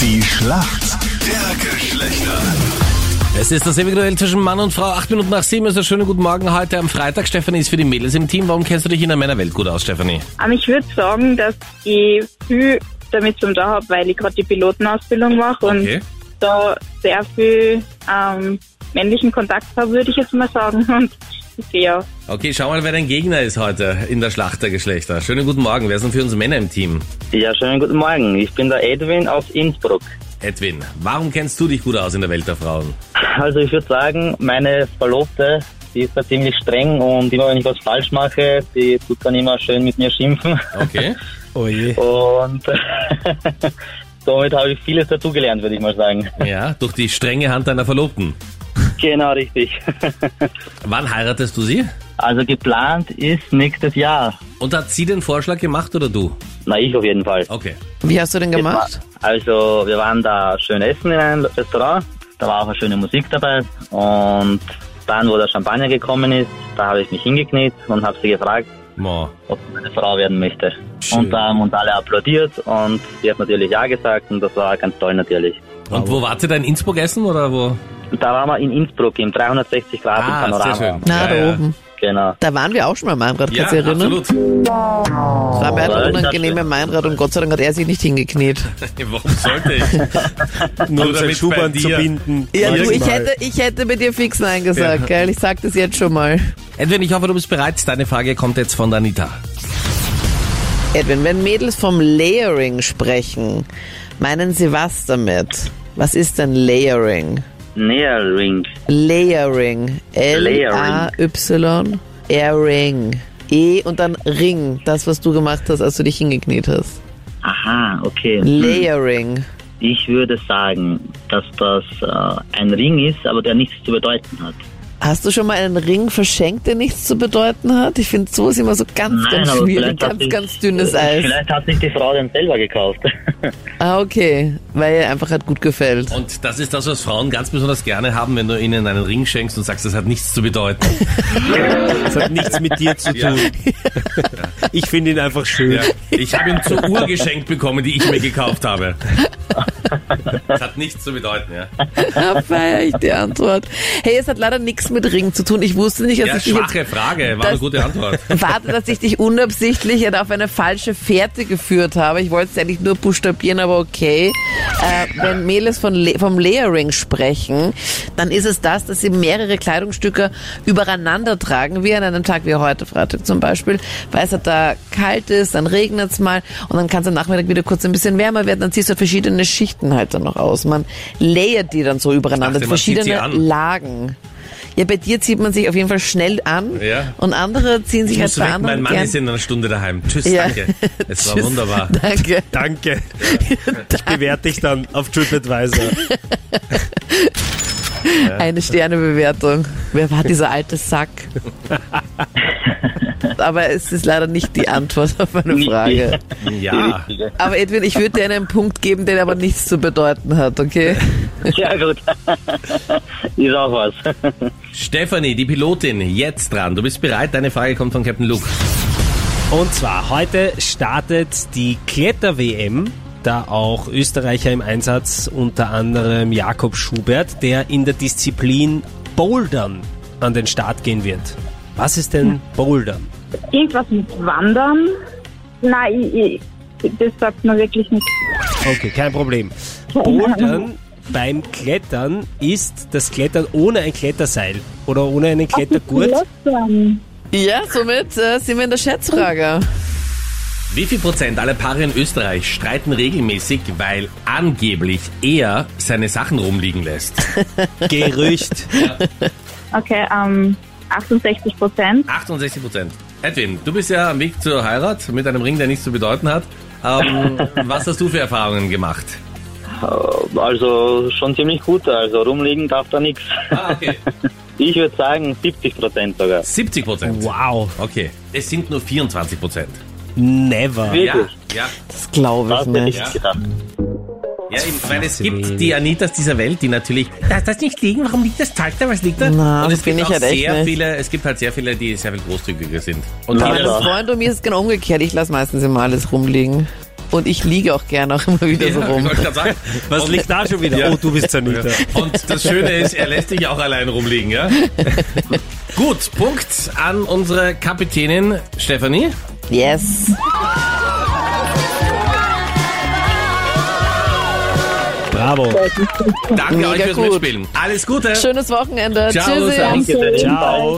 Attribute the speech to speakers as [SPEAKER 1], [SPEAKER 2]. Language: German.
[SPEAKER 1] Die Schlacht der Geschlechter.
[SPEAKER 2] Es ist das ewige Duell zwischen Mann und Frau. Acht Minuten nach sieben ist der schöne guten Morgen heute am Freitag. Stefanie ist für die Mädels im Team. Warum kennst du dich in der Männerwelt gut aus, Stefanie?
[SPEAKER 3] Ähm, ich würde sagen, dass ich viel damit zum da habe, weil ich gerade die Pilotenausbildung mache und
[SPEAKER 2] Okay.
[SPEAKER 3] da sehr viel ähm, männlichen Kontakt habe, würde ich jetzt mal sagen. Und ich sehe auch.
[SPEAKER 2] Okay, schau mal, wer dein Gegner ist heute in der Schlacht der Geschlechter. Schönen guten Morgen. Wer sind für uns Männer im Team?
[SPEAKER 4] Ja, schönen guten Morgen. Ich bin der Edwin aus Innsbruck.
[SPEAKER 2] Edwin, warum kennst du dich gut aus in der Welt der Frauen?
[SPEAKER 4] Also ich würde sagen, meine Verlobte, die ist da ziemlich streng und immer wenn ich was falsch mache, die tut dann immer schön mit mir schimpfen.
[SPEAKER 2] Okay.
[SPEAKER 4] Und somit habe ich vieles dazugelernt, würde ich mal sagen.
[SPEAKER 2] ja, durch die strenge Hand deiner Verlobten.
[SPEAKER 4] Genau, richtig.
[SPEAKER 2] Wann heiratest du sie?
[SPEAKER 4] Also geplant ist nächstes Jahr.
[SPEAKER 2] Und hat sie den Vorschlag gemacht oder du?
[SPEAKER 4] Na, ich auf jeden Fall.
[SPEAKER 2] Okay.
[SPEAKER 5] Wie hast du denn gemacht?
[SPEAKER 4] Also wir waren da schön essen in einem Restaurant, da war auch eine schöne Musik dabei und dann, wo der Champagner gekommen ist, da habe ich mich hingekniet und habe sie gefragt,
[SPEAKER 2] Mo.
[SPEAKER 4] ob sie meine Frau werden möchte.
[SPEAKER 2] Schön.
[SPEAKER 4] Und da haben uns alle applaudiert und sie hat natürlich Ja gesagt und das war ganz toll natürlich.
[SPEAKER 2] Und wo wart ihr da in Innsbruck essen oder wo?
[SPEAKER 4] Und da waren wir in Innsbruck im 360 Grad im Panorama.
[SPEAKER 5] Na, da
[SPEAKER 2] ja,
[SPEAKER 5] oben.
[SPEAKER 4] Genau.
[SPEAKER 5] Da waren wir auch schon mal im Meinrad,
[SPEAKER 2] ja.
[SPEAKER 5] kannst du
[SPEAKER 2] ja,
[SPEAKER 5] dich erinnern?
[SPEAKER 2] absolut.
[SPEAKER 5] Das war mir
[SPEAKER 4] Oh,
[SPEAKER 5] ein
[SPEAKER 4] das
[SPEAKER 5] unangenehmer Meinrad und Gott sei Dank hat er sich nicht hingekniet.
[SPEAKER 2] Warum sollte ich? Nur um damit bei
[SPEAKER 6] Schubert zu
[SPEAKER 2] dir.
[SPEAKER 6] binden.
[SPEAKER 5] Ja, du, Also ich
[SPEAKER 2] genau.
[SPEAKER 6] Maximal.
[SPEAKER 5] hätte, ich hätte bei dir fix Nein gesagt, gell? Ich sag das jetzt schon mal.
[SPEAKER 2] Edwin, ich hoffe, du bist bereit. Deine Frage kommt jetzt von der Anita.
[SPEAKER 5] Edwin, wenn Mädels vom Layering sprechen, meinen sie was damit? Was ist denn Layering?
[SPEAKER 4] Nearring.
[SPEAKER 5] Layering. L-A-Y. Airing. E und dann Ring. Das, was du gemacht hast, als du dich hingekniet hast.
[SPEAKER 4] Aha, okay.
[SPEAKER 2] Hm.
[SPEAKER 5] Layering.
[SPEAKER 4] Ich würde sagen, dass das äh, ein Ring ist, aber der nichts zu bedeuten hat.
[SPEAKER 5] Hast du schon mal einen Ring verschenkt, der nichts zu bedeuten hat? Ich finde, so ist immer so ganz,
[SPEAKER 4] Nein,
[SPEAKER 5] ganz
[SPEAKER 4] aber
[SPEAKER 5] schwierig,
[SPEAKER 4] vielleicht hat
[SPEAKER 5] ganz,
[SPEAKER 4] sich- äh,
[SPEAKER 5] ganz dünnes Eis.
[SPEAKER 4] Vielleicht hat sich die Frau den selber gekauft.
[SPEAKER 5] Ah, okay. Weil er einfach hat gut gefällt.
[SPEAKER 2] Und das ist das, was Frauen ganz besonders gerne haben, wenn du ihnen einen Ring schenkst und sagst, das hat nichts zu bedeuten.
[SPEAKER 6] Das hat nichts mit dir zu
[SPEAKER 2] Ja.
[SPEAKER 6] tun. Ich finde ihn einfach schön.
[SPEAKER 2] Ja. Ich habe ihm zur Uhr geschenkt bekommen, die ich mir gekauft habe. Das hat nichts zu bedeuten, ja.
[SPEAKER 5] Da feier ich die Antwort. Hey, es hat leider nichts mit Ring zu tun. Ich wusste nicht, dass
[SPEAKER 2] Ja,
[SPEAKER 5] ich dich jetzt
[SPEAKER 2] schwache Frage, war eine
[SPEAKER 5] das-
[SPEAKER 2] gute Antwort.
[SPEAKER 5] Warte, dass ich dich unabsichtlich jetzt auf eine falsche Fährte geführt habe. Ich wollte es eigentlich nur buchstabieren, aber okay. Äh, wenn Mädels von Le vom Layering sprechen, dann ist es das, dass sie mehrere Kleidungsstücke übereinander tragen, wie an einem Tag wie heute, Freitag zum Beispiel, weil es halt da kalt ist, dann regnet es mal und dann kann es am Nachmittag wieder kurz ein bisschen wärmer werden, dann ziehst du halt verschiedene Schichten halt dann noch aus. Man layert die dann so übereinander,
[SPEAKER 2] Ich dachte, man zieht sie
[SPEAKER 5] verschiedene
[SPEAKER 2] an.
[SPEAKER 5] Lagen. Ja, bei dir zieht man sich auf jeden Fall schnell an
[SPEAKER 2] Ja.
[SPEAKER 5] und andere ziehen sich
[SPEAKER 2] Ich
[SPEAKER 5] halt
[SPEAKER 2] muss
[SPEAKER 5] bei
[SPEAKER 2] weg, mein
[SPEAKER 5] anderen
[SPEAKER 2] Mann
[SPEAKER 5] gern.
[SPEAKER 2] ist in einer Stunde daheim. Tschüss,
[SPEAKER 5] Ja.
[SPEAKER 2] danke. Es war
[SPEAKER 5] Tschüss.
[SPEAKER 2] wunderbar.
[SPEAKER 5] Danke.
[SPEAKER 6] Danke. Ich bewerte dich dann auf TripAdvisor.
[SPEAKER 5] Eine Sternebewertung. Wer war dieser alte Sack? Aber es ist leider nicht die Antwort auf meine
[SPEAKER 4] Nicht die-
[SPEAKER 5] Frage.
[SPEAKER 4] Die
[SPEAKER 2] Ja.
[SPEAKER 4] richtige.
[SPEAKER 5] Aber Edwin, ich würde dir einen Punkt geben, der aber nichts zu bedeuten hat, okay?
[SPEAKER 4] Ja, gut. ist auch was.
[SPEAKER 2] Stefanie, die Pilotin, jetzt dran. Du bist bereit, deine Frage kommt von Captain Luke.
[SPEAKER 6] Und zwar, heute startet die Kletter-WM, da auch Österreicher im Einsatz, unter anderem Jakob Schubert, der in der Disziplin Bouldern an den Start gehen wird. Was ist
[SPEAKER 4] Hm.
[SPEAKER 6] denn Bouldern?
[SPEAKER 3] Irgendwas mit Wandern? Nein, ich, ich, das sagt mir wirklich nicht.
[SPEAKER 6] Okay, kein Problem. Bouldern beim Klettern ist das Klettern ohne ein Kletterseil oder ohne einen Klettergurt.
[SPEAKER 3] Klettern.
[SPEAKER 5] Ja, somit äh, sind wir in der Schätzfrage.
[SPEAKER 2] Wie viel Prozent aller Paare in Österreich streiten regelmäßig, weil angeblich er seine Sachen rumliegen lässt?
[SPEAKER 6] Gerücht.
[SPEAKER 3] Okay, ähm, 68 Prozent.
[SPEAKER 2] 68 Prozent. Edwin, du bist ja am Weg zur Heirat mit einem Ring, der nichts zu bedeuten hat. Ähm, was hast du für Erfahrungen gemacht?
[SPEAKER 4] Also schon ziemlich gut. Also rumliegen darf da nichts.
[SPEAKER 2] Ah, okay.
[SPEAKER 4] Ich würde sagen 70 Prozent sogar.
[SPEAKER 2] 70 Prozent.
[SPEAKER 6] Wow,
[SPEAKER 2] Okay. Es sind nur 24 Prozent.
[SPEAKER 6] never.
[SPEAKER 2] Ja,
[SPEAKER 4] Wirklich?
[SPEAKER 2] ja.
[SPEAKER 5] Das glaube ich
[SPEAKER 4] Das hätte ich
[SPEAKER 5] nicht.
[SPEAKER 4] nicht gedacht.
[SPEAKER 2] Ja, eben, weil es gibt die Anitas dieser Welt, die natürlich, darf das nicht liegen, warum liegt das Teig da, was liegt da?
[SPEAKER 5] Na,
[SPEAKER 2] und es
[SPEAKER 5] das bin
[SPEAKER 2] gibt
[SPEAKER 5] ich
[SPEAKER 2] auch
[SPEAKER 5] halt echt
[SPEAKER 2] sehr
[SPEAKER 5] nicht.
[SPEAKER 2] viele, es gibt halt sehr viele, die sehr viel großzügiger sind. Und
[SPEAKER 5] Bei
[SPEAKER 2] die
[SPEAKER 4] Leider.
[SPEAKER 5] meinem Freund und mir ist es genau umgekehrt. Ich lasse meistens immer alles rumliegen. Und ich liege auch gerne auch immer wieder so rum.
[SPEAKER 2] gerade sagen.
[SPEAKER 6] Was liegt da schon wieder?
[SPEAKER 2] Ja.
[SPEAKER 6] Oh, du bist Zanita.
[SPEAKER 2] Und das Schöne ist, er lässt dich auch allein rumliegen, ja? Gut, Punkt an unsere Kapitänin Stefanie.
[SPEAKER 5] Yes.
[SPEAKER 6] Bravo.
[SPEAKER 2] Danke
[SPEAKER 5] Mega
[SPEAKER 2] euch fürs
[SPEAKER 5] gut.
[SPEAKER 2] Mitspielen. Alles Gute.
[SPEAKER 5] Schönes Wochenende.
[SPEAKER 2] Ciao, Servus.
[SPEAKER 5] Tschüssi.
[SPEAKER 4] Danke für den
[SPEAKER 6] Ciao.